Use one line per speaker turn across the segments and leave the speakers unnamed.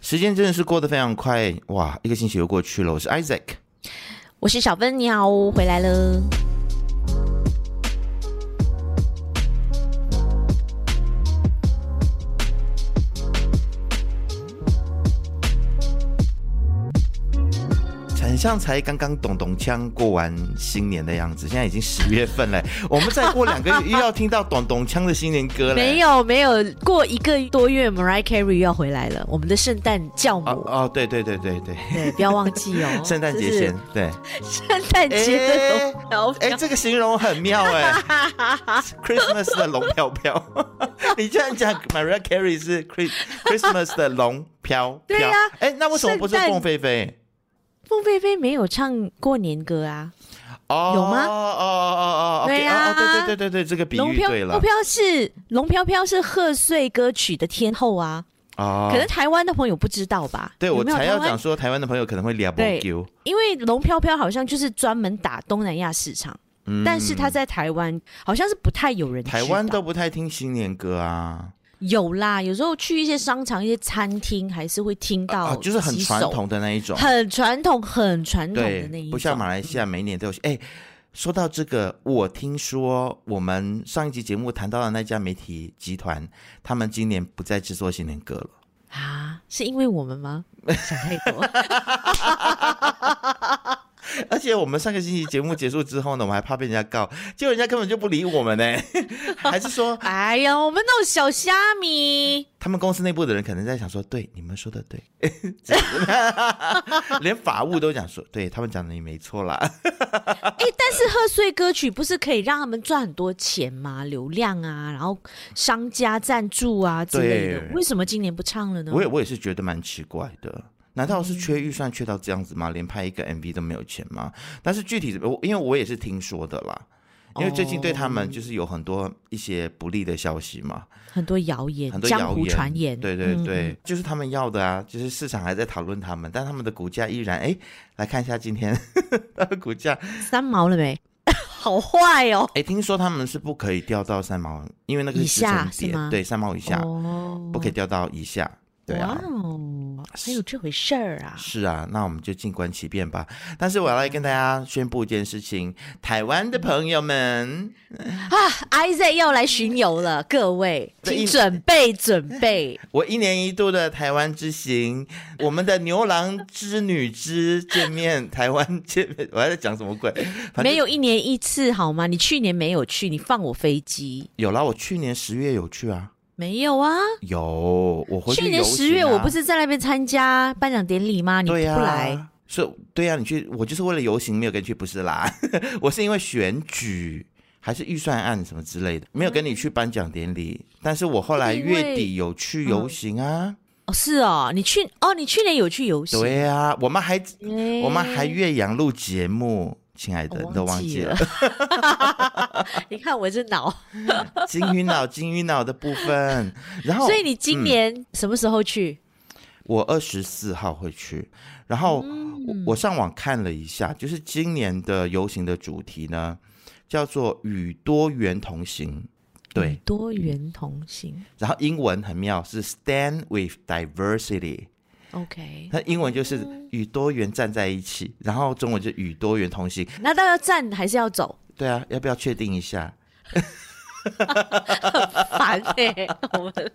时间真的是过得非常快，哇，一个星期又过去了。我是 Isaac，
我是小笨鸟回来了。
很像才刚刚咚咚锵过完新年的样子，现在已经十月份了，我们再过两个月又要听到咚咚锵的新年歌了。
没有没有，过一个多月，Mariah Carey 又要回来了，我们的圣诞教母。
哦哦，对对对对对，
对，不要忘记哦
，圣诞节前，对，
就是圣诞节的
哎
龙飘
哎、
飘。
这个形容很妙 哎、c h r i s t m a s 的龙飘飘， 你这样讲，Mariah Carey 是 Chris- Christmas 的龙飘飘。
对呀
哎、那为什么不是
圣诞
凤飞飞？
凤飞飞没有唱过年歌啊，
哦，
有吗
哦哦哦哦，
对呀
哦哦，对对对对对，这个比
龙
喻
飘
对
龙
了。
飘是龙飘飘是贺岁歌曲的天后啊，
哦，
可能台湾的朋友不知道吧？
对
有
我
没有
才要
台湾
讲说，台湾的朋友可能会聊不
对
Q，
因为龙飘飘好像就是专门打东南亚市场，但是他在台湾好像是不太有人知
嗯
道
台湾都不太听新年歌啊，
有啦，有时候去一些商场、一些餐厅还是会听到、
啊，就是很传，统的那一种，
很传统、很传统
对
的那一，种，啊
不像马来西亚每一年都有。哎，说到这个，我听说我们上一集节目谈到的那家媒体集团，他们今年不再制作新年歌了。
啊，是因为我们吗？想太多，
而且我们上个星期节目结束之后呢，我们还怕被人家告，结果人家根本就不理我们呢、还是说
哎呀，我们那种小虾 米，
他们公司内部的人可能在想说，对，你们说的 对，连法务都讲说，对他们讲的也没错啦。
哎、但是贺岁歌曲不是可以让他们赚很多钱吗？流量啊，然后商家赞助啊之类的
对，
为什么今年不唱了呢？
我也我也是觉得蛮奇怪的。难道是缺预算缺到这样子吗？
嗯
连拍一个 MV 都没有钱吗？但是具体我因为我也是听说的啦，因为最近对他
哦
们就是有很多一些不利的消息嘛，
很多谣言，
很多
江
谣
湖
言，
传言，嗯
对对对，就是他们要的啊，就是市场还在讨论他们，但他们的股价依然哎，来看一下今天 它的股价，
嗯三毛了没？ 好坏哦。
哎，听说他们是不可以掉到三毛，因为那个
以
时辰
下是
点
吗
对，三毛以下、
哦
不可以掉到以下，对啊。
哇哦，还有这回事儿啊！
是啊，那我们就静观其变吧。但是我要来跟大家宣布一件事情：台湾的朋友们，
啊，Isaac 要来巡游了，各位，
这一
请准备准备。
我一年一度的台湾之行，我们的牛郎织女之见面， 台湾见面，我还在讲什么鬼？反正
没有一年一次好吗？你去年没有去，你放我飞机
有啦，我去年十月有去啊，
没有啊？
有我回去、啊
去年十月我不。是在那边参加颁奖典礼吗？你不
对呀、啊
来，
是，对呀、你去，我就是为了游行没有跟你去，不是啦， 我是因为选举还是预算案什么之类的，没有跟你去颁奖典礼。但是我后来
因为嗯
月底有去游行啊，
哦，是哦，你去哦，你去年有去游戏，
对呀、我们还
哎
我们还岳阳录节目，亲爱的，
我
你都忘
记
记
了
了。
你看我这脑，
金鱼脑金鱼脑的部 分。然后，
所以你今
嗯
年什么时候去？
我二十四号会去，然后我我上网看了一下，就是今年的游行的主题呢，叫做与多元同行。对，
多元同行
然后英文很妙，是 Stand with Diversity，
，OK。
它英文就是与多元站在一起，然后中文就与多元同行。
那到要站还是要走？
对啊，要不要确定一下？
烦哎、 我们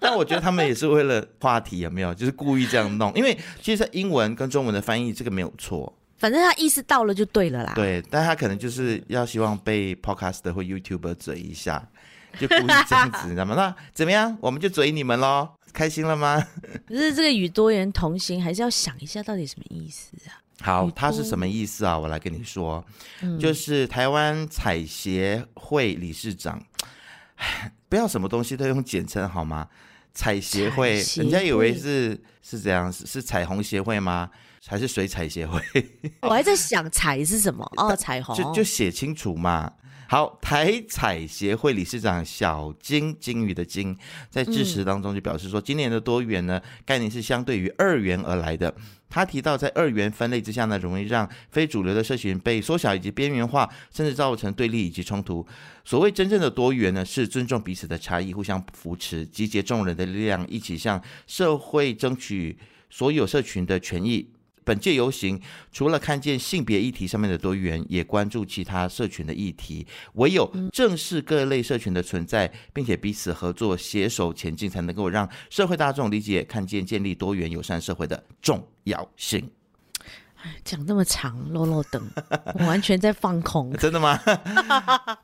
但我觉得他们也是为了话题，有没有？就是故意这样弄，因为其实英文跟中文的翻译这个没有错，
反正他意识到了就对了啦。
对，但他可能就是要希望被 podcaster 或 YouTuber 嘴一下， 就故意这样子，你知道吗？那怎么样？我们就嘴你们喽，开心了 吗？
可是这个与多元同行，还是要想一下到底什么 意思啊？
好，它是什么意思啊？我来跟你说，
嗯
就是台湾彩协会理事长， 唉不要什么东西都用简称好吗？彩协会，
彩协会
人家以为是是这样，是是彩虹协会吗？还是水彩协会？
我还在想彩是什么哦，彩虹
就就写清楚嘛。好，台彩协会理事长小金金鱼的金在致辞当中就表示说，今年的多元呢概念是相对于二元而来的。他提到，在二元分类之下呢，容易让非主流的社群被缩小以及边缘化，甚至造成对立以及冲突。所谓真正的多元呢，是尊重彼此的差异，互相扶持，集结众人的力量，一起向社会争取所有社群的权益。本届游行除了看见性别议题上面的多元，也关注其他社群的议题。唯有正视各类社群的存在，并且彼此合作，携手前进，才能够让社会大众理解、看见、建立多元友善社会的重要性。。
讲那么长，漏漏等，我完全在放空
真的吗？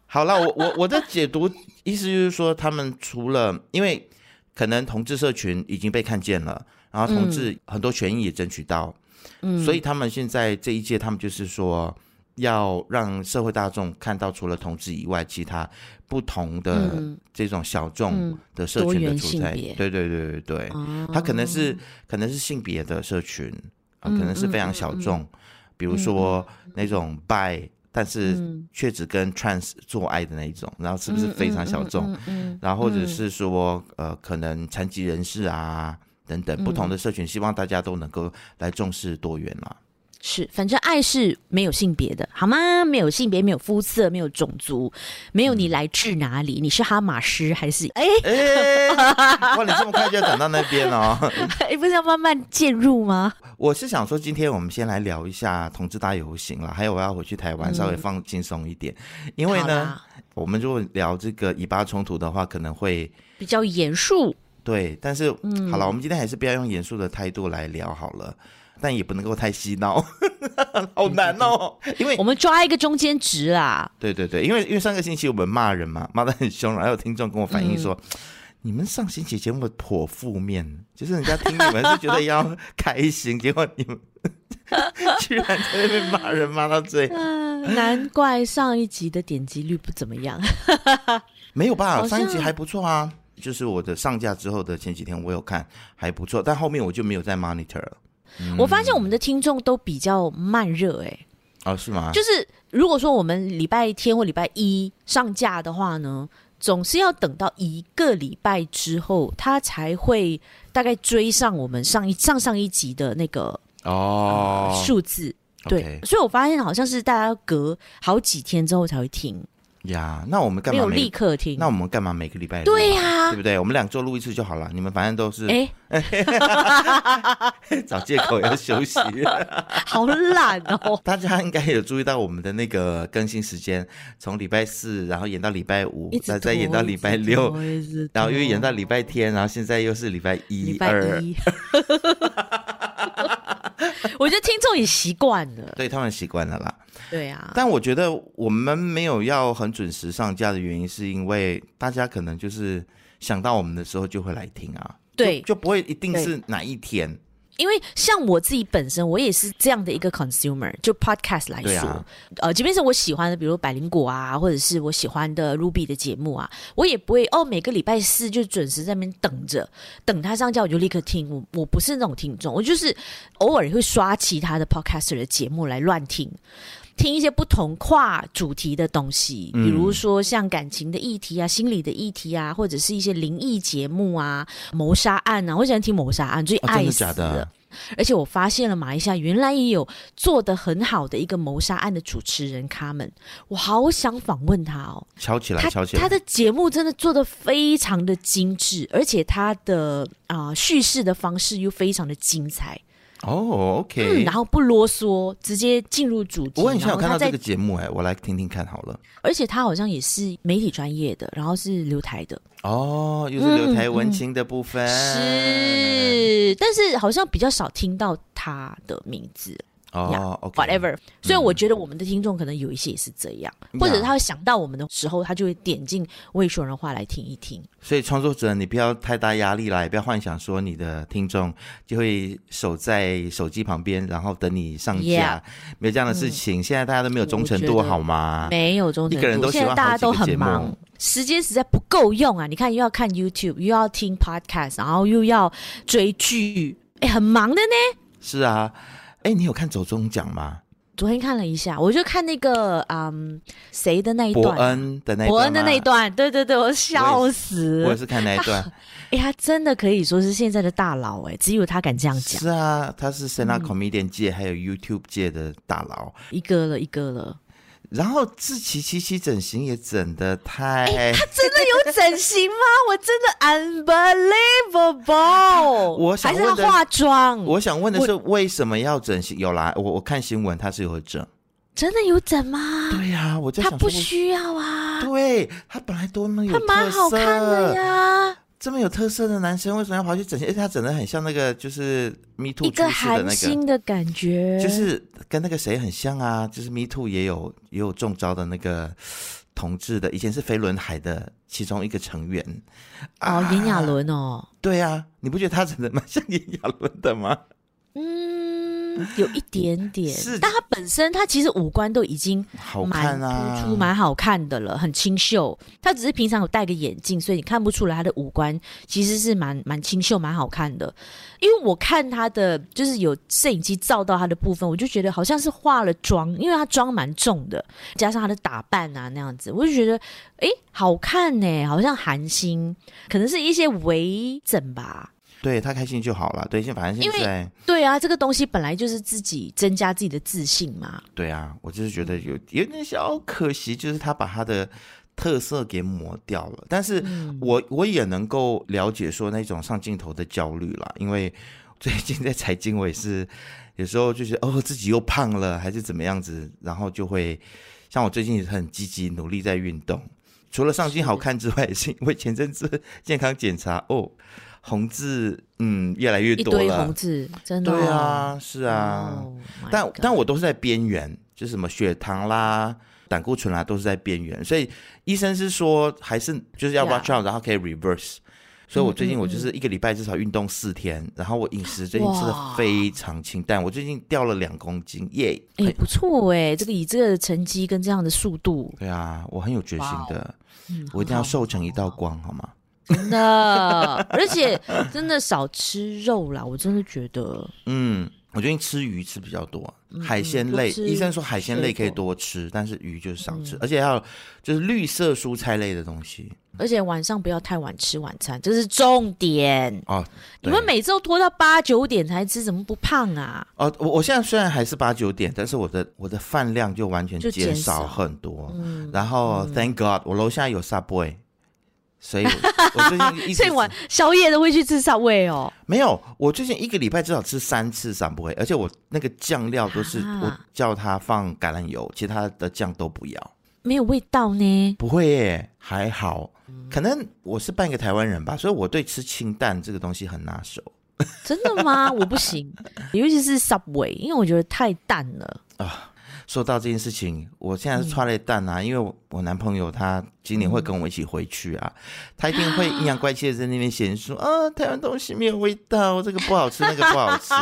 好了，我我我的解读意思就是说，他们除了因为可能同志社群已经被看见了，然后同志很多权益也争取到，
嗯
所以他们现在这一届，他们就是说要让社会大众看到除了同志以外，其他不同的
嗯
这种小众
嗯
的社群
多
的
元
处在。
性别
对对对对对，
哦
它可能是可能是性别的社群啊、
嗯
可能是非常小众，比如说那种 bi，但是
嗯
却只跟 trans 做爱的那一种，然后是不是非常小众？
嗯嗯
然后或者是说呃，可能残疾人士啊等
嗯
等不同的社群，希望大家都能够来重视多元啊啦。
是，反正爱是没有性别的，好吗？没有性别，没有肤色，没有种族，没有你来自哪里，你是哈马斯还是？ 哎、
哎，哇，你这么快就讲到那边哦。
哎，不是要慢慢介入吗？
我是想说，今天我们先来聊一下同志大游行啦，还有我要回去台湾稍微放轻松一点，因为
好
呢，
啦，
我们如果聊这个以巴冲突的话，可能会
比较严肃，
对，但是、
嗯
好了，我们今天还是不要用严肃的态度来聊好了，但也不能够太嬉闹， 好难 哦，因为
我。们抓一个中间值啦。
对对对，因为因为上个星期我们骂人嘛，骂得很凶，然后有听众跟我反
嗯
映说，你们上星期节目颇负面，就是人家听你们是觉得要开心， 结果你们居然在那边骂人骂到这样，
嗯、 难怪上一集的点击率不怎么样。
没有吧？
好
上
像
一集还不错啊，就是我的上架之后的前几天我有看，还不错，但后面我就没有再 monitor 了。嗯
我发现我们的听众都比较慢热、哎。
哦，是吗？
就是如果说我们礼拜天或礼拜一上架的话呢，总是要等到一个礼拜之后，它才会大概追上我们上一上上一集的那个
哦
数字。对
OK
所以我发现好像是大家隔好几天之后才会听，
呀那我们干
没
嘛
有
每
立刻听
那。我们干嘛每个礼拜录啊
对呀、
对不对？我们两周录一次就好了，你们反正都是
哎、
找借口要休息。！
好懒哦
大家应该有注意到我们的那个更新时间，从礼拜四，然后延到礼拜五
一，直
再再
拖
延到礼拜六，，
一直拖
然后又延到礼拜天，然后现在又是礼拜一、
礼拜
二，
一。我觉得听众也习惯了，
对他们习惯了啦。
对啊。
但我觉得我们没有要很准时上架的原因，是因为大家可能就是想到我们的时候就会来听啊，
对
就不会一定是哪一天。
因为像我自己本身，我也是这样的一个 consumer，就 podcast 来
对
说，
啊
呃，即便是我喜欢的，比如百灵果啊，或者是我喜欢的 Ruby 的节目啊，我也不会哦，每个礼拜四就准时在那边等着，等它上架我就立刻听。我我不是那种听众，我就是偶尔会刷其他的 podcaster 的节目来乱听。听一些不同跨主题的东西，
嗯
比如说像感情的议题啊、心理的议题啊，或者是一些灵异节目啊、谋杀案啊。我喜欢听谋杀案，最
哦，真
爱
的
死
假的？
而且我发现了马来西亚原来也有做得很好的一个谋杀案的主持人卡门，我好想访问他哦。
敲起来，
他
敲起
他
来！
的节目真的做得非常的精致，而且他的啊、叙事的方式又非常的精彩，
哦
嗯，
，OK
然。后不啰嗦，直接进入主题。
我很像有
然后
看
他
到这
在
个，节目哎、我来听听看好了。
而且他好像也是媒体专业的，然后是留台的，
哦，又是留台文青的部分，
嗯是，但是好像比较少听到他的名字。
哦
呀
，OK，
whatever。所以我觉得我们的听众可能有一些也是这样，
Yeah
或者他会想到我们的时候，他就会点进未说人话来听一听。
所以创作者，你不要太大压力啦，也不要幻想说你的听众就会守在手机旁边，然后等你上架没有这样的事情。现在大家都没有忠诚
嗯我
度，
觉得
好吗？
没有忠
啊一个人
诚
都
度，
喜
现
欢
在大家都很
好几个节
忙
目，
时间实在不够用啊！你看，又要看 YouTube，又要听 podcast，然后又要追剧，哎，很忙的呢。
是啊，哎，你有看走中奖吗？
昨天看了一下，我就看那个嗯谁的那一
伯
段啊，
恩的那
伯恩的
吗
那一，段，对对对，我笑死
我也是看那一 段。
哎、他真的可以说是现在的大佬哎、只有他敢这样讲，嗯
是啊，他是 stand up comedian 界、还有 YouTube 界的大佬。
一个了一个了，
然后志奇七七整形也整的太，
真的有整形 吗？我真的 unbelievable，
我想
还是
问的
他化妆，
我想问的是为什么要整形？有啦，我我看新闻他是有整。
真的有整吗？
对呀、我在
啊他
想
不
说
需要啊，
对他本来多么有
他
特色，
蛮好看的呀，
这么有特色的男生为什么要跑去整形？而且他整的很像那个就是 Me Too
一个
出事的
韩
那
星
个，
的感觉，哦
就是跟那个谁很像啊，就是 Me Too 也有也有中招的那个同志的，以前是飞轮海的其中一个成员。
哦，
啊
炎亚纶哦，
对啊，你不觉得他长得蛮像炎亚纶的吗？
嗯，有一点点
是，
但他本身他其实五官都已经
好
蛮
看啊，
突出、蛮好看的了，很清秀。他只是平常有戴个眼镜，所以你看不出来他的五官其实是蛮蛮清秀、蛮好看的。因为我看他的就是有摄影机照到他的部分，我就觉得好像是化了妆，因为他妆蛮重的，加上他的打扮啊那样子，我就觉得诶好看呢、好像韩星，可能是一些微整吧。
对他开心就好了。对，现反正现
因为
在，
对啊，这个东西本来就是自己增加自己的自信嘛。
对啊，我就是觉
嗯
得有有点小可惜，就是他把他的特色给抹掉了。但是
嗯
我我也能够了解说那种上镜头的焦虑啦，因为 最近在财经我也是有时候就觉得哦自己又胖了还是怎么样子，然后就会像我最近也是很积极努力在运动。除了上镜好看之外， 也是因为前阵子健康检查哦，红字嗯越来越
一
多了，
堆红字，真的、哦
对，啊，是啊，
Oh my
但
God
但我都是在边缘，就是什么血糖啦、胆固醇啦，都是在边缘。所以医生是说，还是就是要
Yeah
watch out，然后可以 reverse。所以我最近
嗯嗯
我就是一个礼拜至少运动四天，然后我饮食最近吃的
哇
非常清淡，我最近掉了两公斤，耶！
哎、不错哎、这个以这个成绩跟这样的速度，
对啊，我很有决心的，
嗯，
我一定要
很好
瘦成一道光，好吗？
真的， 而且真的少吃肉啦，我真的觉得
嗯，我最近吃鱼吃比较多，海鲜
多
类。
嗯吃
医生说海鲜类
水
可以
果嗯
多吃，但是鱼就是少吃，而且要就是绿色蔬菜类的东西
而且晚上不要太晚吃晚餐，这是重点。
哦。
你
对
们每次都拖到八九点才吃，怎么不胖啊？
哦，我我现在虽然还是八九点，但是我的我的饭量就完全
就减
减
少嗯
少很多。然后、Thank God，我楼下有 Subway，所以 我我最近一直
所以晚宵夜都会去吃上位哦。
没有，我最近一个礼拜至少吃三次 Subway，而且我那个酱料都是、
啊
我叫他放橄榄油，其他的酱都不要。
没有味道呢，
不会耶，还好，
嗯
可能我是半个台湾人吧，所以我对吃清淡这个东西很拿手
真的吗？ 我不行，尤其是 Subway，因为我觉得太淡了。
啊。说到这件事情，我现在
嗯
是穿了蛋啊，因为我我男朋友他今年会跟我一起回去 啊，他一定会阴阳怪气的在那边嫌说啊，台湾东西没有味道，这个不好吃，那个不好 吃，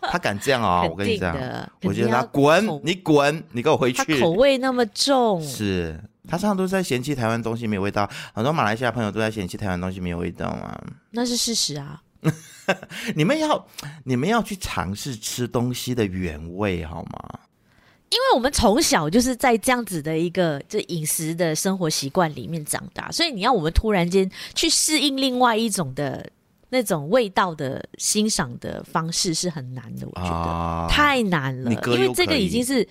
他敢这样啊、我跟你
肯定
讲，
的，
我觉
肯定
得他
要
滚
口，
你滚，你给我回
他
去。
口味那么重，
是他常常都在嫌弃台湾东西没有味道，很多马来西亚朋友都在嫌弃台湾东西没有味道嘛。
那是事实啊。
你们要你们要去尝试吃东西的原味，好吗？
因为我们从小就是在这样子的一个这饮食的生活习惯里面长大，所以你要我们突然间去适应另外一种的那种味道的欣赏的方式是很难的，我觉得、
啊，
太难了
你，哥
因为
又
这
可
个
以
已经是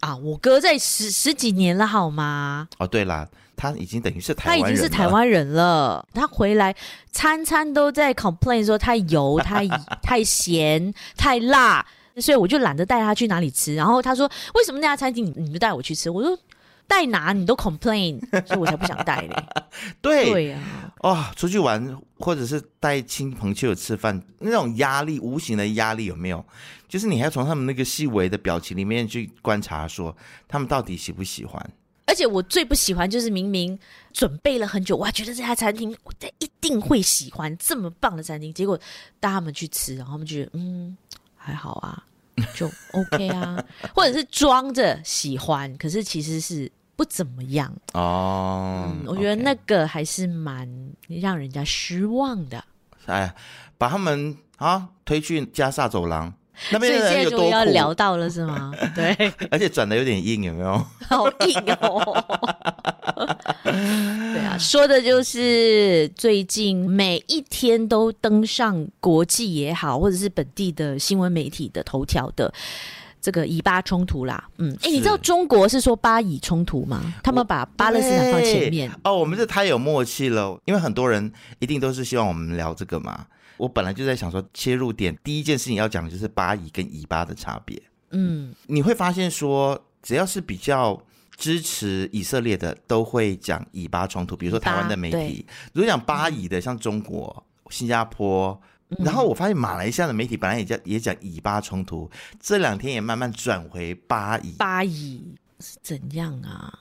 啊，我哥在十十几年了，好吗？
哦，对啦，他已经等于是台
他
湾
已
人
经是台
了，
湾人了，他回来餐餐都在 complain 说太油、太太咸、 太辣，所以我就懒得带他去哪里吃。然后他说：“为什么那家餐厅你你不带我去吃？”我说：“带哪你都 complain，所以我才不想 带嘞。
哎对
对啊，
哦，出去玩或者是带亲朋戚友吃饭，那种压力，无形的压力有没有？就是你还要从他们那个细微的表情里面去观察说，他们到底喜不喜欢。
而且我最不喜欢就是明明准备了很久，哇，觉得这家餐厅我一定会喜欢，这么棒的餐厅，结果带他们去吃，然后他们觉得嗯还好啊，就 OK 啊，或者是装着喜欢，可是其实是不怎么样。
哦，
嗯，我觉得
OK
那个还是蛮让人家失望的。
哎，把他们啊推去加萨走廊，那
所以
边的
现
人
在
有
就
多
要
苦，
聊到了是吗？对，
而且转的有点硬，有没有？
好硬哦。 对啊，说的就是最近每一天都登上国际也好，或者是本地的新闻媒体的头条的。这个以巴冲突啦，嗯，哎，你知道
是
中国是说巴以冲突吗？他们把巴勒斯坦放前面，
对哦，我们这太有默契了，因为很多人一定都是希望我们聊这个嘛。我本来就在想说，切入点第一件事情要讲的就是巴以跟以巴的差别。
嗯，
你会发现说，只要是比较支持以色列的，都会讲以巴冲突，比如说
以巴
台湾的媒体，如果讲巴以的，像中国、新加坡。
嗯
然后我发现马来西亚的媒体本来也讲也讲以巴冲突，这两天也慢慢转回巴以，
巴以是怎样啊？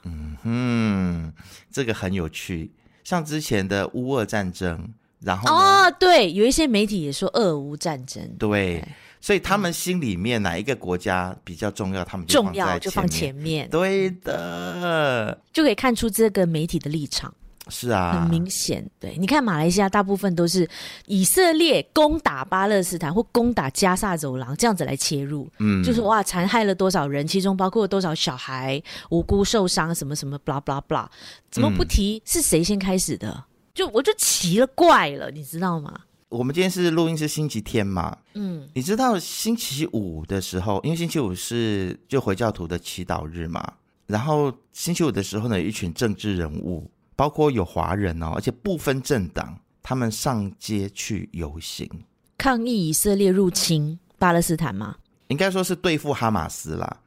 嗯，这个很有趣。像之前的乌俄战争，然后呢，
哦，对，有一些媒体也说俄乌战争
对
对，
所以他们心里面哪一个国家比较重要，他们就
重
放
要
在
就放前
前面。
面，
对的，
就可以看出这个媒体的立场
是啊，
很明显。对，你看马来西亚大部分都是以色列攻打巴勒斯坦或攻打加萨走廊这样子来切入，
嗯，
就是哇，残害了多少人，其中包括多少小孩无辜受伤，什么什么，blah blah blah，怎么不
嗯
提是谁先开始的？就我就奇了怪了，你知道吗？
我们今天是录音是星期天嘛，
嗯，
你知道星期五的时候，因为星期五是就回教徒的祈祷日嘛，然后星期五的时候呢，有一群政治人物，包括有华人哦，而且不分政党，他们上街去游行。
抗议以色列入侵巴勒斯坦吗？
应该说是对付哈马斯啦。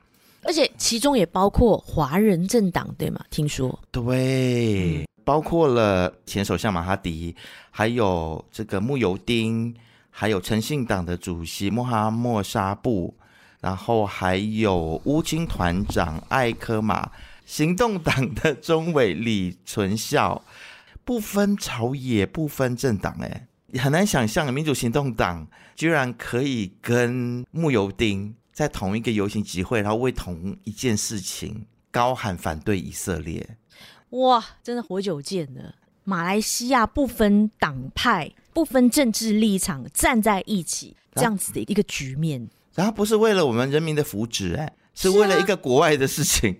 而且其中也包括华人政党，对吗？听说
对，包括了前首相马哈迪，还有这个穆尤丁，还有诚信党的主席穆哈默沙布，然后还有乌青团长艾科马，行动党的中委李存孝，不分朝野，不分政党，哎。很难想象民主行动党居然可以跟穆尤丁在同一个游行集会，然后为同一件事情高喊反对以色列。
哇，真的活久见了。马来西亚不分党派、不分政治立场，站在一起
啊
这样子的一个 局面，
然后不是为了我们人民的福祉、哎，是
是啊
为了一个国外的事情。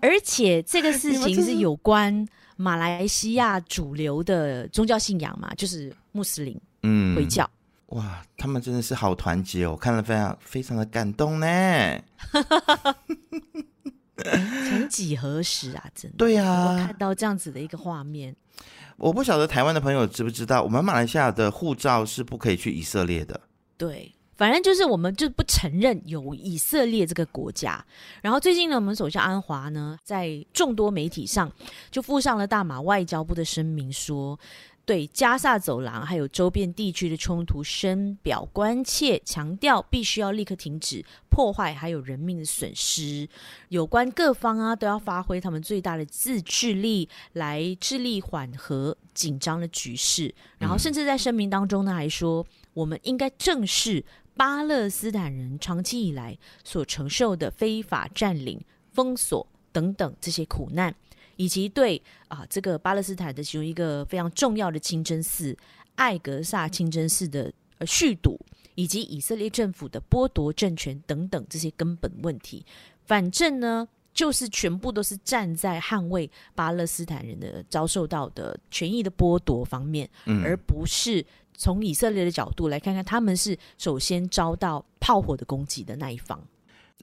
而且这个事
你们
情
真
是有关马来西亚主流的宗教信仰嘛，就是穆斯林
嗯，
回教。
哇，他们真的是好团结哦，我看了非常非常的感动呢。
曾几何时啊，真
嗯
的，
对呀、
我
啊
看，到这样子的一个画面，
我不晓得台湾的朋友知不知道，我们马来西亚的护照是不可以去以色列的。
对，反正就是我们就不承认有以色列这个国家。然后最近呢，我们首相安华呢，在众多媒体上就附上了大马外交部的声明说。对加萨走廊还有周边地区的冲突深表关切，强调必须要立刻停止破坏，还有人命的损失。有关各方啊，都要发挥他们最大的自制力来致力缓和紧张的局势。然后，甚至在声明当中呢，还说我们应该正视巴勒斯坦人长期以来所承受的非法占领、封锁等等这些苦难，以及对啊、这个巴勒斯坦的其中一个非常重要的清真寺艾格萨清真寺的呃续赌，以及以色列政府的剥夺政权等等这些根本问题。反正呢。就是全部都是站在捍卫巴勒斯坦人的遭受到的权益的剥夺方面，而不是从以色列的角度来看看，他们是首先遭到炮火的攻击的那一方。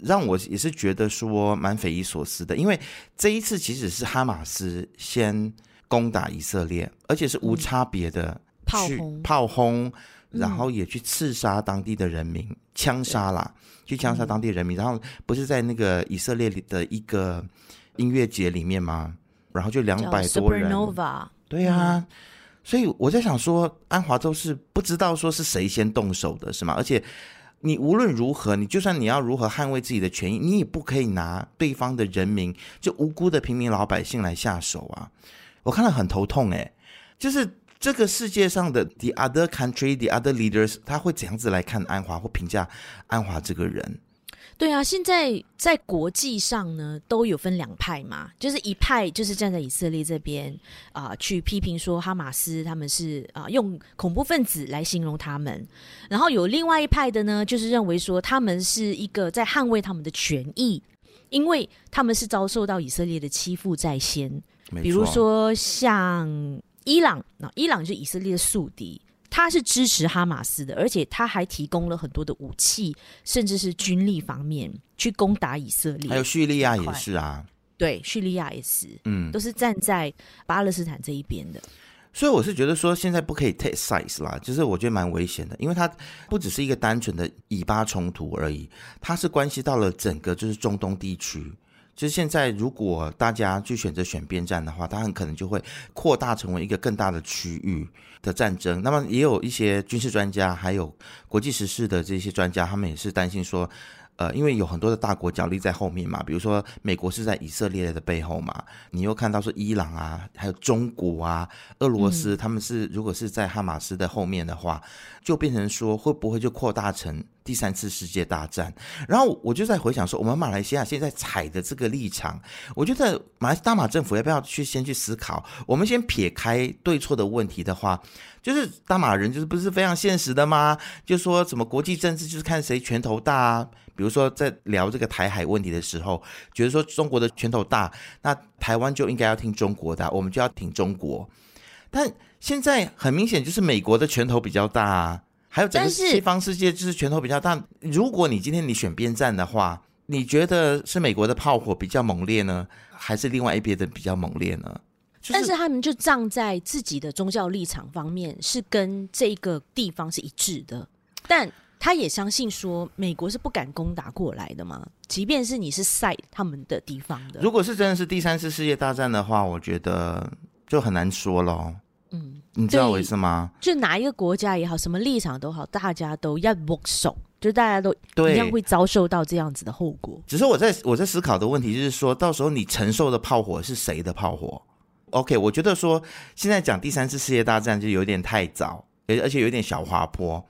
让我也是觉得说蛮匪夷所思的，因为这一次即使是哈马斯先攻打以色列，而且是无差别的
炮
去
轰嗯
炮轰，然后也去刺杀当地的人民，枪杀啦，去枪杀当地人民，然后不是在那个以色列里的一个音乐节里面吗？然后就两
叫
百多人，
Supernova，
对
嗯
啊，所以我在想说，安华都是不知道说是谁先动手的，是吗？而且你无论如何，你就算你要如何捍卫自己的权益，你也不可以拿对方的人民，就无辜的平民老百姓来下手啊！我看了很头痛诶、就是这个世界上的 the other country, the other leaders，他会怎样子来看安华或评价安华这个人？
对啊，现在在国际上呢，都有分两派嘛，就是一派就是站在以色列这边啊、去批评说哈马斯他们是啊、用恐怖分子来形容他们，然后有另外一派的呢，就是认为说他们是一个在捍卫他们的权益，因为他们是遭受到以色列的欺负在先，
没
比如
错
说像伊朗，那伊朗是以色列的宿敌，他是支持哈马斯的，而且他还提供了很多的武器，甚至是军力方面去攻打以色
还有
列。
叙利亚
块
也是啊，
对，叙利亚也是，
嗯，
都是站在巴勒斯坦这一边的。
所以我是觉得说现在不可以 take sides 啦，就是我觉得蛮危险的，因为它不只是一个单纯的以巴冲突而已，它是关系到了整个就是中东地区。就是现在，如果大家去选择选边站的话，它很可能就会扩大成为一个更大的区域的战争。那么也有一些军事专家，还有国际时事的这些专家，他们也是担心说，呃，因为有很多的大国角力在后面嘛，比如说美国是在以色列的背后嘛，你又看到说伊朗啊，还有中国啊，俄罗斯，他们是如果是在哈马斯的后面的话，就变成说会不会就扩大成第三次世界大战？然后我就在回想说，我们马来西亚现在踩的这个立场，我觉得马来大马政府要不要去先去思考？我们先撇开对错的问题的话，就是大马人就是不是非常现实的吗？就说什么国际政治就是看谁拳头大啊。比如说，在聊这个台海问题的时候，觉得说中国的拳头大，那台湾就应该要听中国的啊、我们就要挺中国。但现在很明显就是美国的拳头比较大、啊，还有整个
但是
西方世界就是拳头比较大。如果你今天你选边站的话，你觉得是美国的炮火比较猛烈呢，还是另外一边的比较猛烈呢？就
但是他们就站在自己的宗教立场方面是跟这个地方是一致的，但他也相信说美国是不敢攻打过来的嘛，即便是你是塞他们的地方的，
如果是真的是第三次世界大战的话，我觉得就很难说咯。
嗯，
你知道
对
我意思吗？
就哪一个国家也好，什么立场都好，大家都要握手，就大家都一
对，
样会遭受到这样子的后果。
只是我在我在思考的问题就是说，到时候你承受的炮火是谁的炮火？OK，我觉得说现在讲第三次世界大战就有点太早，而而且有点小滑坡。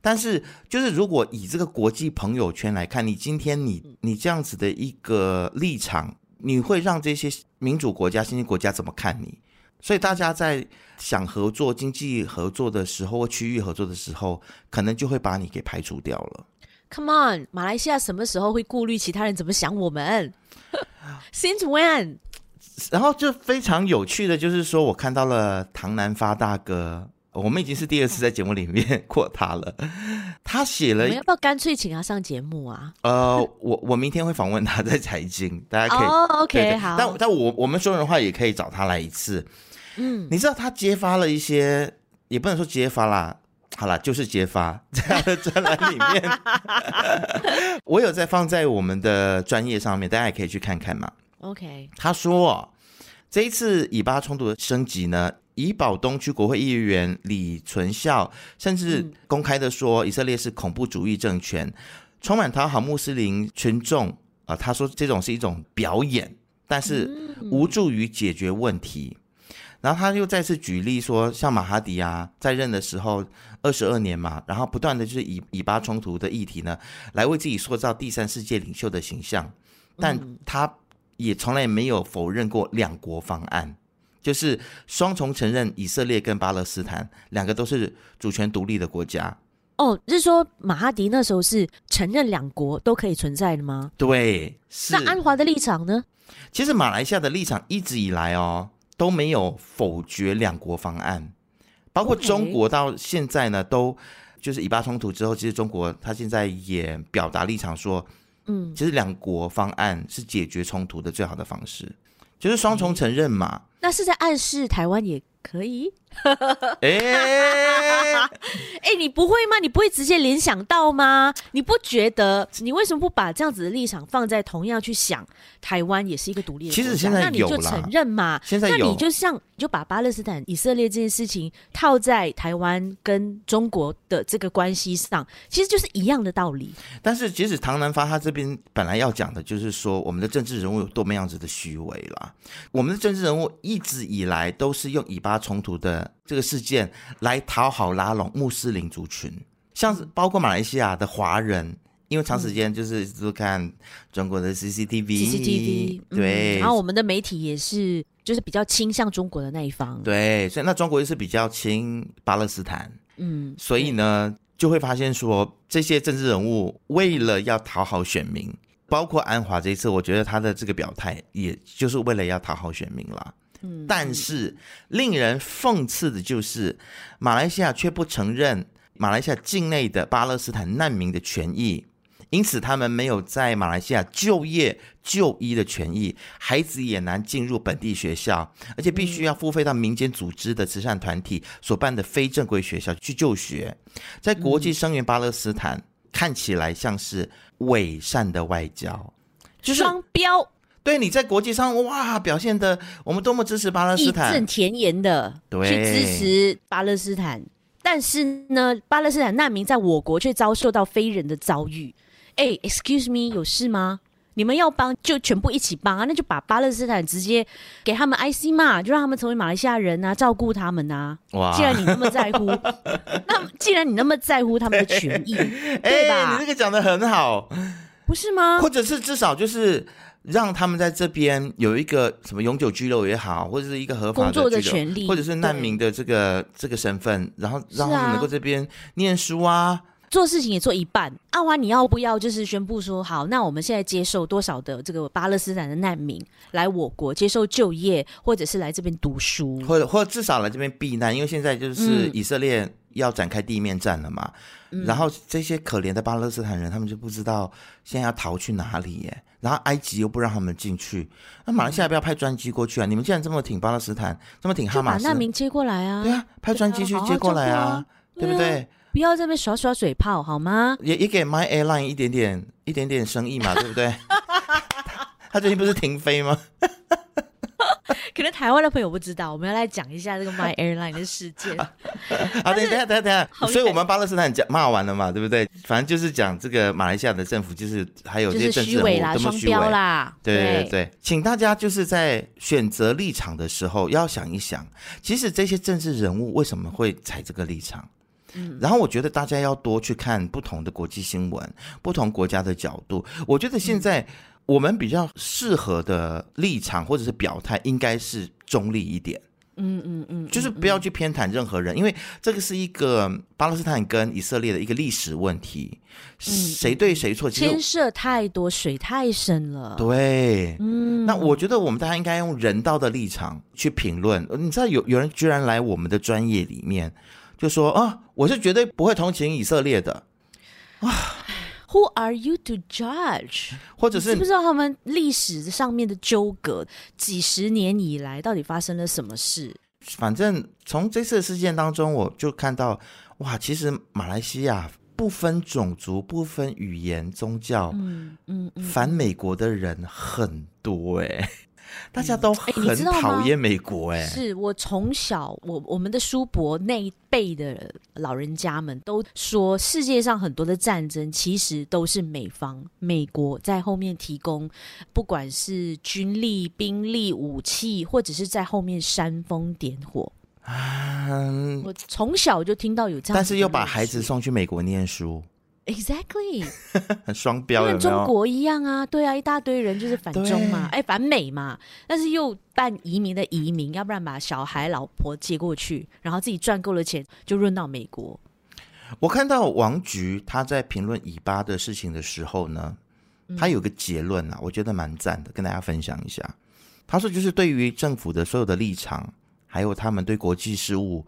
但是，就是如果以这个国际朋友圈来看，你今天你你这样子的一个立场，你会让这些民主国家、新兴国家怎么看你？所以大家在想合作、经济合作的时候或区域合作的时候，可能就会把你给排除掉了。
Come on，马来西亚什么时候会顾虑其他人怎么想我们 ？Since when？
然后就非常有趣的，就是说我看到了唐南发大哥，我们已经是第二次在节目里面 过他了。他写
我
了
们，要不要干脆请他上节目啊？
呃，我我明天会访问他在财经，大家可以。
哦、o
对
k
对
好。
但但我我们说人话也可以找他来一次。嗯，你知道他揭发了一些，也不能说揭发啦，好啦，就是揭发在他的专栏里 面， 我有在放在我们的专业上面，大家也可以去看看嘛。
OK，
他说，这一次以巴冲突的升级呢，以保东区国会议员李存孝甚至公开的说，以色列是恐怖主义政权，充满讨好穆斯林群众啊、他说这种是一种表演，但是无助于解决问题。然后他又再次举例说，像马哈迪啊，在任的时候二十二年嘛，然后不断的就是以以巴冲突的议题呢，来为自己塑造第三世界领袖的形象，但他也从来没有否认过两国方案，就是双重承认以色列跟巴勒斯坦两个都是主权独立的国家。
哦，是说马哈迪那时候是承认两国都可以存在的吗？
对，是
那。安华的立场呢？
其实马来西亚的立场一直以来哦都没有否决两国方案，包括
OK
中国到现在呢都。就是以巴冲突之后，其实中国他现在也表达立场说，
嗯，
其实两国方案是解决冲突的最好的方式，就是双重承认 嘛。
那是在暗示台湾也可以？
哎、
哎、你不会吗？你不会直接联想到吗？你不觉得？你为什么不把这样子的立场放在同样去想？台湾也是一个独立的
其
国
实
家，
现在
那你
有
就
啦
承认嘛。
现在
那
有
你就像你就把巴勒斯坦、以色列这件事情套在台湾跟中国的这个关系上，其实就是一样的道理。
但是即使唐南发他这边本来要讲的就是说，我们的政治人物有多么样子的虚伪啦。我们的政治人物一直以来都是用以巴冲突的这个事件来讨好拉拢穆斯林族群，像是包括马来西亚的华人。因为长时间就是一直看中国的 CCTV，,
CCTV，嗯
对，
然后我们的媒体也是就是比较倾向中国的那一方，
对，所以那中国就是比较亲巴勒斯坦，
嗯，
所以呢，就会发现说，这些政治人物为了要讨好选民，包括安华这一次，我觉得他的这个表态，也就是为了要讨好选民啦。
嗯
但是令人讽刺的就是，马来西亚却不承认马来西亚境内的巴勒斯坦难民的权益。因此，他们没有在马来西亚就业、就医的权益，孩子也难进入本地学校，而且必须要付费到民间组织的慈善团体所办的非正规学校去就学。在国际声援巴勒斯坦，看起来像是伪善的外交，就是
双标、
对你在国际上哇表现的，我们多么支持巴勒斯
义
坦
正，田严的
对
去支持巴勒斯坦，但是呢，巴勒斯坦难民在我国却遭受到非人的遭遇。哎，excuse me，有事吗？你们要帮就全部一起帮啊，那就把巴勒斯坦直接给他们 IC 嘛，就让他们成为马来西亚人啊，照顾他们啊。
哇
既然你那么在 乎，那既然你那么在乎他们的权益，对
哎，
吧嗯
你这？个讲的很好，
不是吗？
或者是至少就是让他们在这边有一个什么永久居留也好，或者是一个合法
工作
的
的
居留
权利
或者是难民的这个这个身份，然后让
是
他
啊
们能够这边念书啊，
做事情也做一半。阿华，你要不要就是宣布说，好，那我们现在接受多少的这个巴勒斯坦的难民来我国接受就业，或者是来啊这边读书？
或者或者至少来这边避难，因为现在就是
嗯
以色列要展开地面战了嘛。然后这些可怜的巴勒斯坦人，他们就不知道现在要逃去哪里耶。然后埃及又不让他们进去，那马来西亚不要派专机过去啊！你们既然这么挺巴勒斯坦，这么挺哈
就把
马斯，
难民接过来啊
对，啊，派专机去
好好
接过来
照顾啊
对不对？
不要在那边耍耍嘴炮好吗？
也也给 My Airline 一点点一点点生 意嘛，对不对？他最近不是停飞吗？
可能台湾的朋友不知道，我们要来讲一下这 个 My Airline 的事件。
啊，等一下，等一下，等一下，
好
所以我们巴勒斯坦讲骂完了嘛，对不对？反正就是讲这个马来西亚的政府，就是还有
就
这
是
些政治
虚
人
伪
物
啦，
这么
双
虚伪
标。啦，
对对对，对请大家就是在选择立场的时候，要想一想，其实这些政治人物为什么会踩这个立场？
嗯
然后我觉得大家要多去看不同的国际新闻，不同国家的角度。我觉得现
嗯
在我们比较适合的立场或者是表态，应该是中立一点。
嗯嗯嗯，
就是不要去偏袒任何人，因为这个是一个巴勒斯坦跟以色列的一个历史问题，
嗯
谁对谁错，其实
牵涉太多，水太深了。
对。
啊嗯，
那我觉得我们大家应该用人道的立场去评论。呃你知道有有人居然来我们的专业里面就说啊，我是绝对不会同情以色列的，
Who are you to judge？
或者
你知不知道他们历史上面的纠葛，几十年以来到底发生了什么事？
反正从这次的事件当中，我就看到，哇，其实马来西亚不分种族、不分语言、宗教，
嗯嗯嗯，
反美国的人很多哎、大家都
哎你
很
知道吗
讨厌美国哎、
是我从小我我们的叔伯那一辈的老人家们都说，世界上很多的战争其实都是美方美国在后面提供，不管是军力、兵力、武器，或者是在后面煽风点火。
嗯，
我从小就听到有这样，
但是又把孩子送去美国念书，
exactly
很双标有
跟
没有？
中国一样啊，对啊，一大堆人就是反中嘛，
对
哎，反美嘛，但是又办移民的移民，要不然把小孩、老婆接过去，然后自己赚够了钱就润到美国。
我看到王菊她在评论以巴的事情的时候呢，她有个结论啊，我觉得蛮赞的，跟大家分享一下。她说，就是对于政府的所有的立场，还有他们对国际事务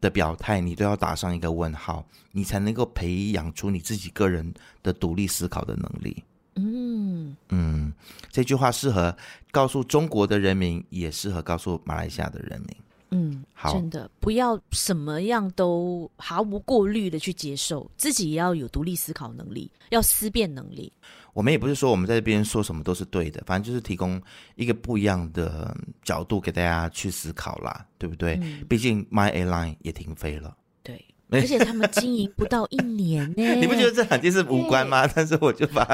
的表态，你都要打上一个问号，你才能够培养出你自己个人的独立思考的能力。
嗯，
嗯，这句话适合告诉中国的人民，也适合告诉马来西亚的人民。
嗯，
好
真的不要什么样都毫无过滤的去接受，自己也要有独立思考能力，要思辨能力。
我们也不是说我们在这边说什么都是对的，反正就是提供一个不一样的角度给大家去思考啦，对不对？
嗯，
毕竟 My Airline 也停飞了，
对，
哎
而且他们经营不到一年呢、
你不觉得这两件事无关
嗯
吗？但是我就把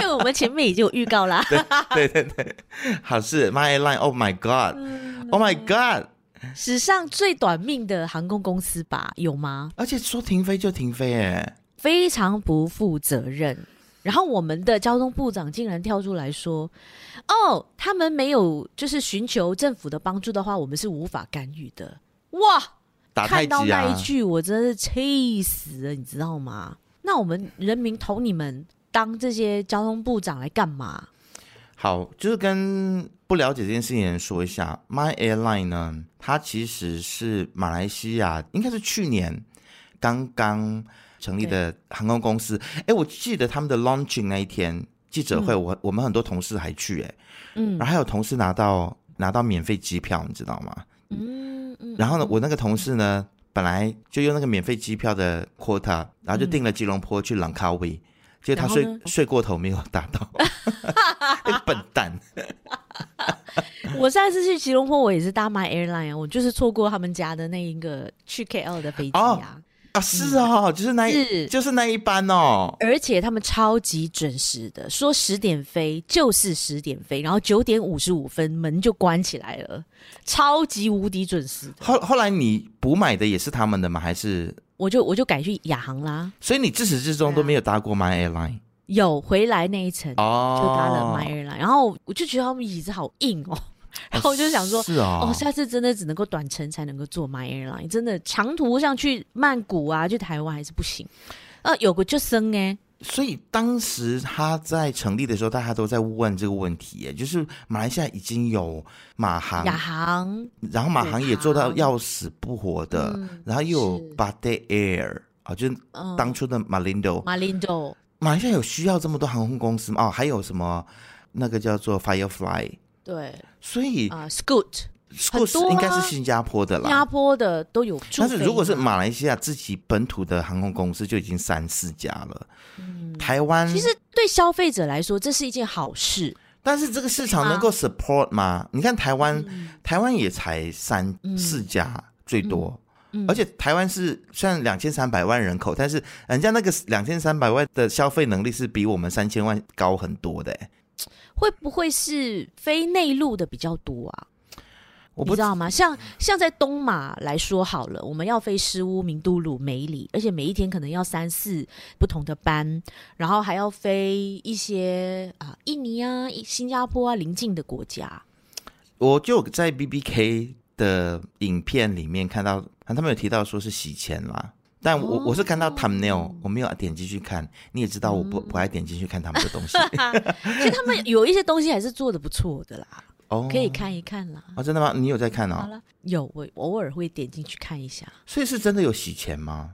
因为我们前面已经有预告啦。
对对对，好事 My Airline，Oh my God，Oh
嗯
my God，
史上最短命的航空公司吧？有吗？
而且说停飞就停飞、哎，
非常不负责任。然后我们的交通部长竟然跳出来说：“哦，他们没有就是寻求政府的帮助的话，我们是无法干预的。”哇，
打太
看到
极
那
啊
一！句我真是气死了，你知道吗？那我们人民投你们当这些交通部长来 干嘛？
好，就是跟不了解这件事情的人说一下，My Airline 呢，它其实是马来西亚，应该是去年刚刚成立的航空公司。哎，我记得他们的 launching 那一天记者会，我我们很多同事还去，哎，
嗯
然后还有同事拿到拿到免费机票，你知道吗？
嗯嗯，
然后呢，我那个同事呢，本来就用那个免费机票的 quota，然后就订了吉隆坡去兰卡威，结果他
嗯然后
睡
呢
睡过头没有达 到，那个笨蛋。
我上次去吉隆坡，我也是搭 My Airline 啊，我就是错过他们家的那一个去 KL 的飞机啊，
啊，是哦，就是那一
嗯是
就是那一班哦，
而且他们超级准时的，说十点飞就是十点飞，然后九点五十五分门就关起来了，超级无敌准时的。
后后来你补买的也是他们的吗？还是
我就我就改去亚航啦，
所以你自始至终都没有搭过 My Airline
有回来那一程就
哦？
搭了 My Airline，、然后我就觉得他们椅子好硬哦，然后我就想说。
是哦，
哦，下次真的只能够短程才能够坐 My Airline，真的长途像去曼谷啊、去台湾还是不行。呃，有个就生哎、
所以当时他在成立的时候，大家都在问这个问题耶，就是马来西亚已经有马航，
亚航
然后马航也做到
马航
要死不活的，
嗯
然后又有
是
b a d e Air 啊，就是
嗯
当初的 Malindo，、
马林豆
马来西亚有需要这么多航空公司吗？哦，还有什么那个叫做 Firefly，
对
所以
啊、s c o o t
故事
很多啊
应该是新加坡的
新加
啦。
坡的都有驻飞嘛。
但是如果是马来西亚自己本土的航空公司，就已经三四家了。台湾
嗯其实对消费者来说，这是一件好事。
但是这个市场能
啊
够 support 吗？你看台湾，
嗯
台湾也才三、四家最多，
嗯
而且台湾是虽然两千三百万人口，但是人家那个两千三百万的消费能力是比我们三千万高很多的、欸
会不会是非内陆的比较多啊？
我
你
不
知道吗？像像在东马来说好了，我们要飞失乌、明都鲁、梅里，而且每一天可能要三四不同的班，然后还要飞一些啊、印尼啊、新加坡啊邻近的国家。
我就在 B B K 的影片里面看到，他们有提到说是洗钱啦，但我、
哦
我是看到 thumbnail，我没有点进去看。你也知道我
嗯
不、不爱点进去看他们的东 西
其实他们有一些东西还是做的不错的啦，
哦，
可以看一看啦。
哦，真的吗？你有在看
好
哦？
了，有我偶尔会点进去看一下。
所以是真的有洗钱吗？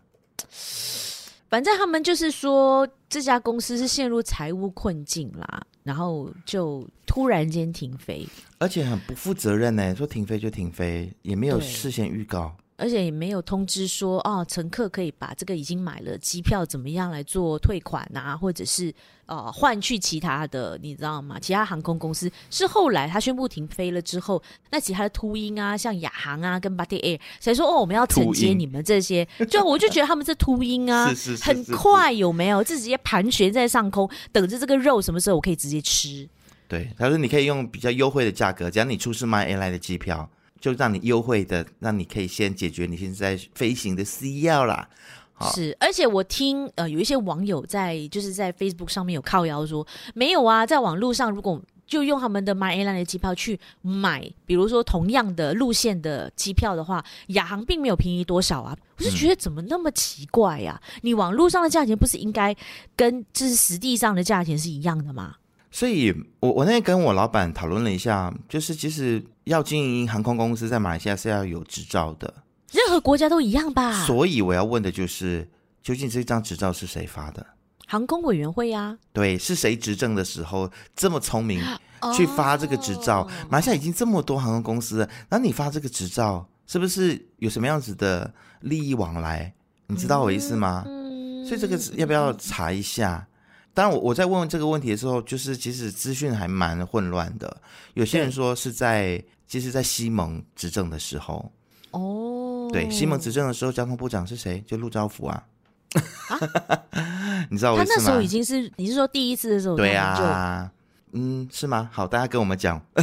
反正他们就是说这家公司是陷入财务困境啦，然后就突然间停飞，
而且很不负责任呢，说停飞就停飞，也没有
对
事先预告。
而且也没有通知说哦，乘客可以把这个已经买了机票怎么样来做退款啊，或者是呃换去其他的，你知道吗？其他航空公司是后来他宣布停飞了之后，那其他的秃鹰啊，像亚航啊跟 b a t Air，谁说哦我们要承
秃
接
鹰
你们这些？就我就觉得他们这秃鹰啊，
是是是
很
是
快有没有？这直接盘旋在上空，等着这个肉什么时候我可以直接吃？
对，他说你可以用比较优惠的价格，只要你出示 My Airline 的机票，就让你优惠的，让你可以先解决你现在飞行的需要啦。好
是，而且我听呃有一些网友在就是在 Facebook 上面有靠谣说，没有啊，在网络上如果就用他们的 My Airline 的机票去买，比如说同样的路线的机票的话，亚航并没有便宜多少啊。我是
嗯
觉得怎么那么奇怪呀、你网络上的价钱不是应该跟就是实地上的价钱是一样的吗？
所以我我那天跟我老板讨论了一下，就是其实要经营航空公司在马来西亚是要有执照的，
任何国家都一样吧？
所以我要问的就是，究竟这张执照是谁发的？
航空委员会啊呀、
对，是谁执政的时候这么聪明
啊，
去发这个执照？
哦
马来西亚已经这么多航空公司了，然后你发这个执照，是不是有什么样子的利益往来？你知道我意思吗？
嗯
啊所以这个是要不要查一下？当然我，我在问这个问题的时候，就是其实资讯还蛮混乱的。有些人说是在，其实，在西蒙执政的时候，
哦，
对，西蒙执政的时候，交通部长是谁？就陆兆福啊。 你知道我
啊
意思吗？
他那时候已经是你是说第一次的时候，
啊对
他们就
啊，嗯，是吗？好，大家跟我们讲，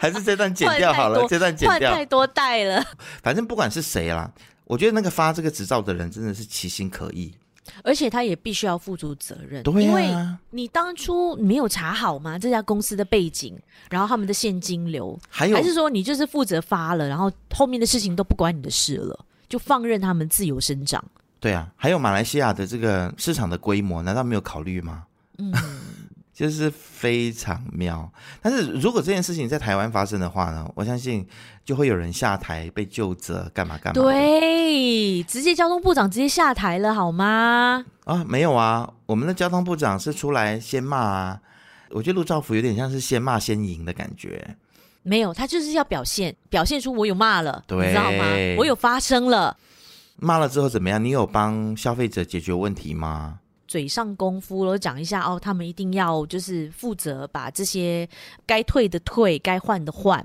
还是这段剪掉好了，这
换太多
段剪
换
掉
太，多代了。
反正不管是谁啦，我觉得那个发这个执照的人真的是其心可异，
而且他也必须要负足责任，
对
因为
啊。
你当初没有查好吗？这家公司的背景，然后他们的现金流，
还有
还是说你就是负责发了，然后后面的事情都不关你的事了，就放任他们自由生长？
对啊，还有马来西亚的这个市场的规模，难道没有考虑吗？嗯， 就是非常妙。但是如果这件事情在台湾发生的话呢，我相信就会有人下台被就责，干嘛干嘛。
对，直接交通部长直接下台了好吗？
啊，没有啊，我们的交通部长是出来先骂啊。我觉得陆兆福有点像是先骂先赢的感觉，
没有，他就是要表现，表现出我有骂了，
对
你知道吗？我有发声了，
骂了之后怎么样？你有帮消费者解决问题吗？
嘴上功夫咯，讲一下哦，他们一定要就是负责把这些该退的退，该换的换，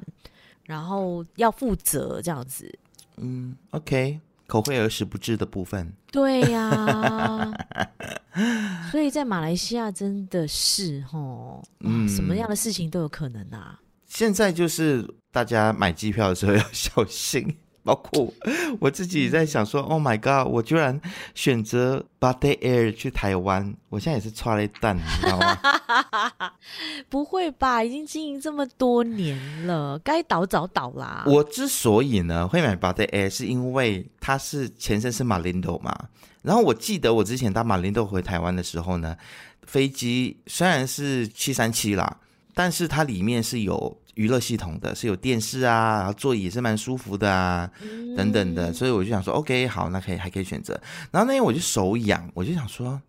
然后要负责这样子。
嗯，OK，口惠而实不至的部分，
对呀、 所以在马来西亚真的是吼，哇
嗯
什么样的事情都有可能啊。
现在就是大家买机票的时候要小心， 包括我自己在想说，Oh my God，我居然选择 b u t t Air 去台湾，我现在也是踹了一蛋，你知道吗？
不会吧？已经经营这么多年了，该倒早倒啦。
我之所以呢会买 b u t t Air，是因为它是前身是马林豆嘛。然后我记得我之前搭马林豆回台湾的时候呢，飞机虽然是七三七啦，但是它里面是有娱乐系统的，是有电视啊，然后座椅也是蛮舒服的啊，
嗯
等等的。所以我就想说，OK，好，那可以还可以选择。然后那天我就手痒，我就想说，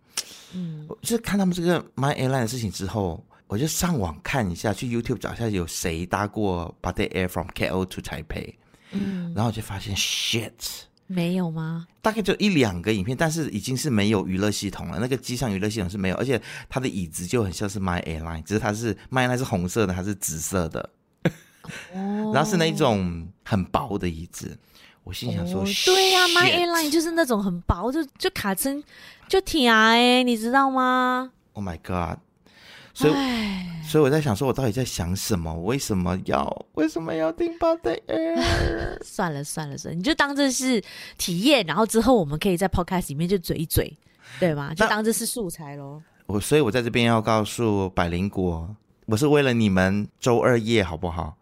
嗯，就是看他们这个 My Airline 的事情之后。我就上网看一下，去 YouTube 找一下有谁搭过 b u t t Air from KL to Taipei，嗯，然后我就发现 shit，
没有吗？
大概就一两个影片，但是已经是没有娱乐系统了。那个机上娱乐系统是没有，而且它的椅子就很像是 My Airline，只是它是 My Airline 是红色的，它是紫色的，
哦
然后是那一种很薄的椅子。我心想说，
哦对呀、m y
shit
Airline 就是那种很薄，就就卡针就挺啊哎，你知道吗？
Oh my God！所以，
哎，
所以我在想说，我到底在想什么？为什么要为什么要订 b u t t Air？
算了算了算了，你就当这是体验，然后之后我们可以在 Podcast 里面就嘴一嘴，对吗？就
那
当这是素 材喽。
我所以，我在这边要告诉百灵果，我是为了你们周二夜好不好？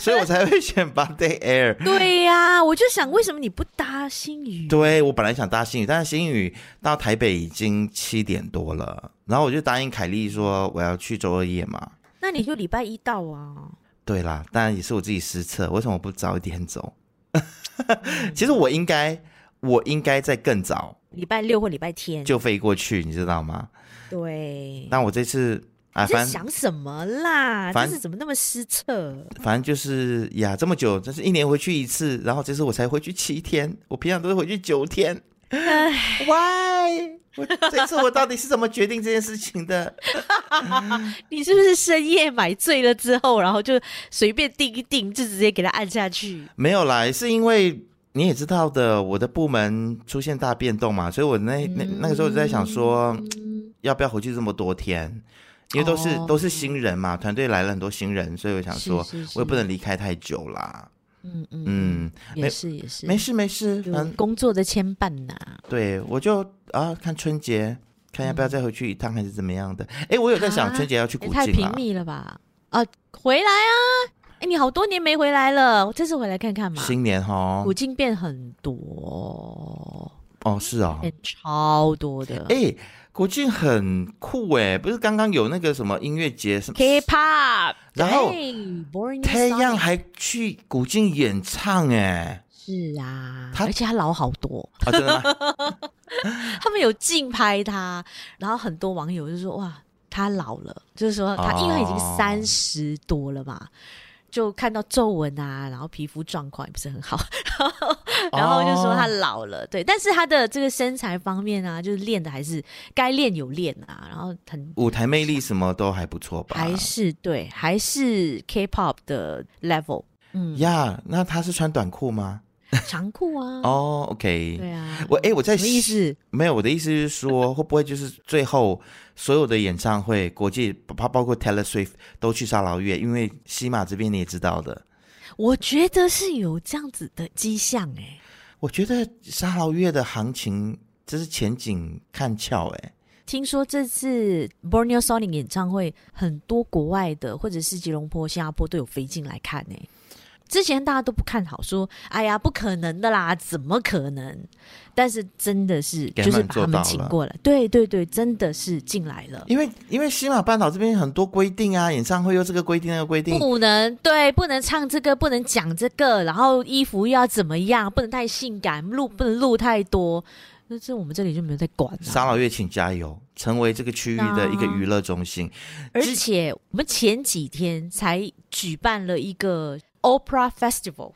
所以我才会选 b u t t Air。
对呀、我就想为什么你不搭新宇？
对我本来想搭新宇，但是新宇到台北已经七点多了，然后我就答应凯莉说我要去周二夜嘛。
那你就礼拜一到啊。
对啦，当然也是我自己失策，为什么我不早一点走？ 其实我应该，我应该再更早
礼拜六或礼拜天，
就飞过去，你知道吗？
对。
但我这次啊，
你在
反正
想什么啦？
反
这是怎么那么失策？
反正就是呀，这么久，真是一年回去一次，然后这次我才回去七天，我平常都是回去九天。Why？我这次我到底是怎么决定这件事情的？
你是不是深夜买醉了之后，然后就随便定一定，就直接给他按下去？
没有啦，是因为你也知道的，我的部门出现大变动嘛，所以我那那
嗯
那个时候就在想说，要不要回去这么多天？因为都是、
哦
都是新人嘛，团队来了很多新人，所以我想说，
是是是
我也不能离开太久啦。
嗯嗯
嗯，
也是也是，
没事嗯没事，
就
反正
工作的牵绊呐、
对我就啊看春节，看要不要再回去一趟，还是怎么样的？哎，我有在想
啊
春节要去古
也太
晋
平
啦。
密了吧？啊，回来啊！哎，你好多年没回来了，我这次回来看看嘛。
新年哈
古，今变很多，
哦是哦，
变超多的。
哎，国庆很酷哎，不是刚刚有那个什么音乐节什么
K-pop，
然后
哎 Born in
太阳
Sonic
还去古晋演唱 哎、
是啊，
他
而且他老好多，
啊、真的吗？
他们有竞拍他，然后很多网友就说哇，他老了，就是说他、
哦
因为他已经三十多了嘛，就看到皱纹啊，然后皮肤状况也不是很好，然后就说他
哦
老了，对，但是他的这个身材方面啊，就是练的还是该练有练啊，然后很。
舞台魅力什么都还不错吧？
还是对，还是 K-pop 的 level，嗯，
呀那他是穿短裤吗？
长裤啊，
哦，OK、o k
对啊，
我哎、我在
什么意思？
没有，我的意思是说，会不会就是最后所有的演唱会，国际包包括 Taylor Swift 都去沙劳越，因为西马这边你也知道的，
我觉得是有这样子的迹象哎、
我觉得沙捞越的行情这是前景看俏哎、
听说这次 Borneo Sonic 演唱会，很多国外的或者是吉隆坡、新加坡都有飞进来看呢、之前大家都不看好，说哎呀不可能的啦，怎么可能？但是真的是
给
就
他
是
们
把他
做到
们
了
请过来，对对对，真的是进来了。
因为因为西马半岛这边很多规定啊，演唱会又这个规定那个规定，
不能对，不能唱这个，不能讲这个，然后衣服又要怎么样，不能太性感，露不能露太多。那这我们这里就没有在管、
沙
啊。
捞越请加油，成为这个区域的一个娱乐中心。
而且我们前几天才举办了一个 Opera Festival。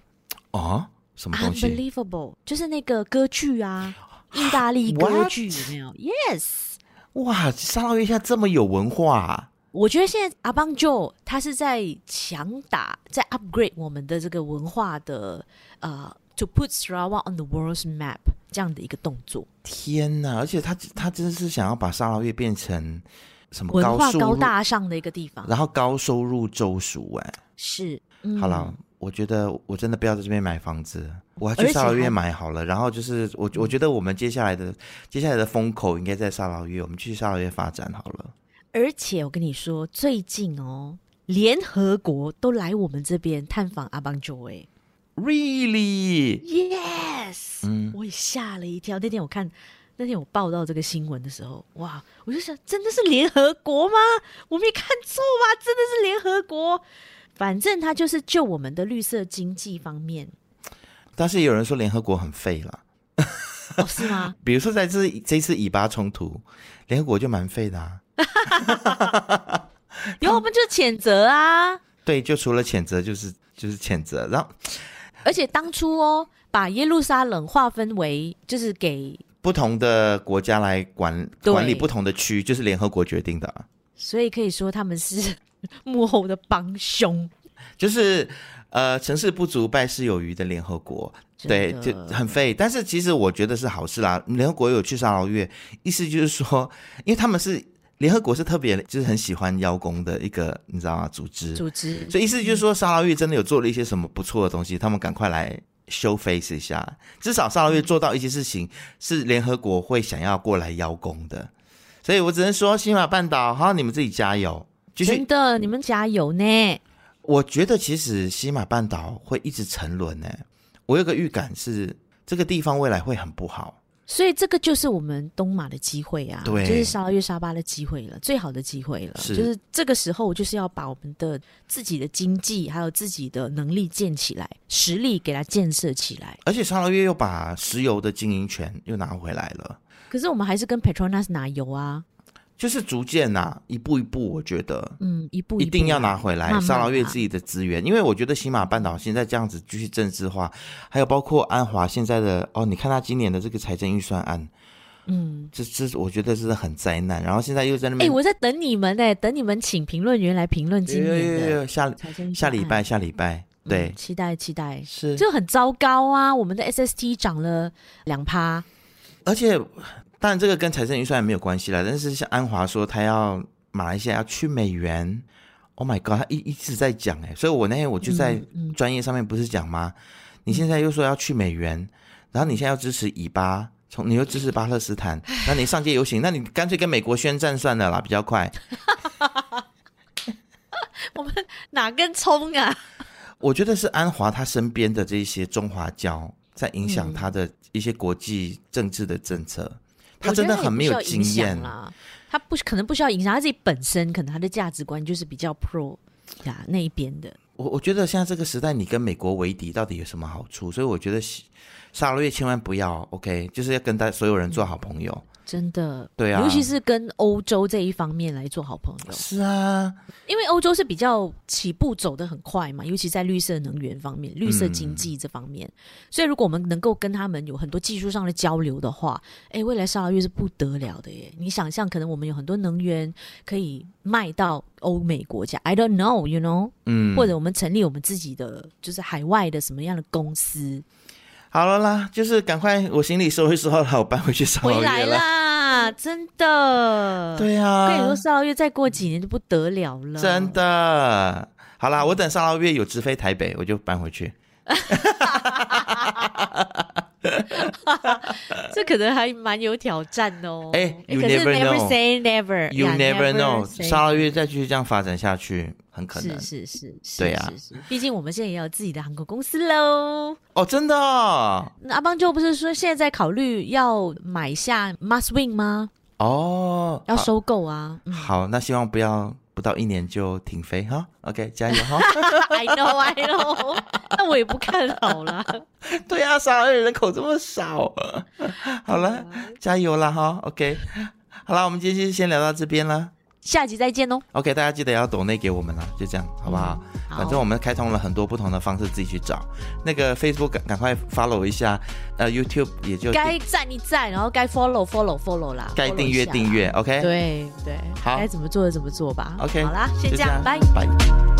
哦，什
啊
么东西？
Unbelievable，就是那个歌 剧啊，意大利歌
What？
剧有没有？Yes，
哇，沙捞越现在这么有文化、啊，
我觉得现在阿邦 Joe 他是在强打，在 upgrade 我们的这个文化的呃，to put Sarawak on the world's map 这样的一个动作，
天哪！而且他他真的是想要把沙捞越变成什么
文化
收入
高大上的一个地方
然后高收入州属哎、
是。嗯
好了，我觉得我真的不要在这边买房子，我要
而
去
且
沙捞越
还嗯
买好了。然后就是我我觉得我们接下来的接下来的风口应该在沙捞越，我们去沙捞越发展好了。
而且我跟你说，最近哦，联合国都来我们这边探访阿邦 Joe 哎、
Really？
Yes，
嗯
我也吓了一跳。那天我看，那天我报道这个新闻的时候，哇，我就想，真的是联合国吗？我没看错吧？真的是联合国？反正它就是就我们的绿色经济方 面，
但是也有人说联合国很废了。
哦，是吗？
比如说在这这次以巴冲突，联合国就蛮废的啊。
然后我们就谴责啊。
对，就除了谴责就是就是谴责，然后
而且当初哦，把耶路撒冷划分为就是给，
不同的国家来管
对
管理不同的区，就是联合国决定的啊。
所以可以说他们是 幕后的帮凶。
就是呃，成事不足，败事有余的联合国，对，
真
就
的
很废。但是其实我觉得是好事啦。联合国有去沙捞越，意思就是说，因为他们是联合国是特别就是很喜欢邀功的一个，你知道吗？组织，
组织
所以意思就是说，沙捞越真的有做了一些什么不错的东西，他们赶快来 show face 一下。至少沙捞越做到一些事情，是联合国会想要过来邀功的。所以我只能说，新马半岛，好，你们自己加油，继续
真的，你们加油呢！
我觉得其实西马半岛会一直沉沦呢、我有个预感是这个地方未来会很不好。
所以这个就是我们东马的机会啊，
对
就是沙拉越沙巴的机会了，最好的机会了。
是
就是这个时候，就是要把我们的自己的经济还有自己的能力建起来，实力给它建设起来。
而且沙捞越又把石油的经营权又拿回来了，
可是我们还是跟 Petronas 拿油啊，
就是逐渐呐、啊一步一步，我觉得。
嗯，一步
一
步
定要拿回
慢
来
慢
沙捞越
拿
自己的资源，因为我觉得西马半岛现在这样子继续政治化，还有包括安华现在的哦，你看他今年的这个财政预算案，
嗯。
这这我觉得真的很灾难。然后现在又在那
哎、
边，
我在等你们呢、哎等你们请评论员来评论今
有有
年
有
的
有下
财政预
哎下
算
礼
案，
拜下礼拜，
嗯
对，
期待期待，
是
就很糟糕啊！我们的 SST 涨了两趴，
而且，当然这个跟财政预算没有关系啦。但是像安华说，他要马来西亚要去美元，Oh my god，他一一直在讲哎、所以我那天我就在
嗯嗯
专业上面不是讲吗？你现在又说要去美元，然后你现在要支持以巴，从你又支持巴勒斯坦，那你上街游行，那你干脆跟美国宣战算了啦，比较快。
哪根葱啊？
我觉得是安华他身边的这些中华教在影
嗯
响他的一些国际政治的政策，他
我觉
真
得
的
也
很
不
没
需
有
要影
经
响
验。
啦。他不可能不需要影响他自己本身，可能他的价值观就是比较 pro 呀那一边的。
我我觉得现在这个时代，你跟美国为敌到底有什么好处？所以我觉得西沙拉越千万不要，OK，就是要跟大所有人做好朋友。
真的，
对啊
尤其是跟欧洲这一方面来做好朋友，
是啊，
因为欧洲是比较起步走得很快嘛，尤其在绿色能源方面、绿色经济这方面，所以如果我们能够跟他们有很多技术上的交流的话，哎，未来沙拉越是不得了的耶！你想象，可能我们有很多能源可以卖到欧美国家，I don't know，you know。
嗯，
或者我们成立我们自己的，就是海外的什么样的公司，
好了啦，就是赶快我行李收一收了，我搬回去沙
回
拉
来
越了。
啦，真的。，
哦对
我跟你
啊
说，，邵月再过几年就不得了了，
真。的。好啦，我等沙拉越有直飞台北，我就搬回去。
这可能还蛮有挑战哦。
哎
可
you
是
never know
say 哎 never.
You
yeah,
never know，
say
沙拉越再继续这样发展下去，很可能
是是是是，
对啊
是是毕竟我们现在也有自己的航空公司喽。
哦，真的哦
那阿邦就不是说现在在考虑要买下 Must Win 吗？
哦。
要收购啊。 嗯
好，那希望不要不到一年就停飞哈。OK，加油哈。
I know, I know。那 我也不看好 啦。
对啊，沙拉越人口这么少， 好了，
嗯
加油啦哈。OK，好啦，我们今天就先聊到这边啦。
下集再见哦。
OK，大家记得要抖内给我们啦，就这样，好不好？
嗯好
反正我们开通了很多不同的方式，自己去找。那个 Facebook 赶赶快 follow 一下，呃，YouTube 也就
该赞一赞，然后该 follow follow follow 啦，
该
follow
订阅
一下啦
订。阅，OK，
对对，
好
该怎么做就怎么做吧。
，OK，
好啦，先
就
这样，拜。
拜。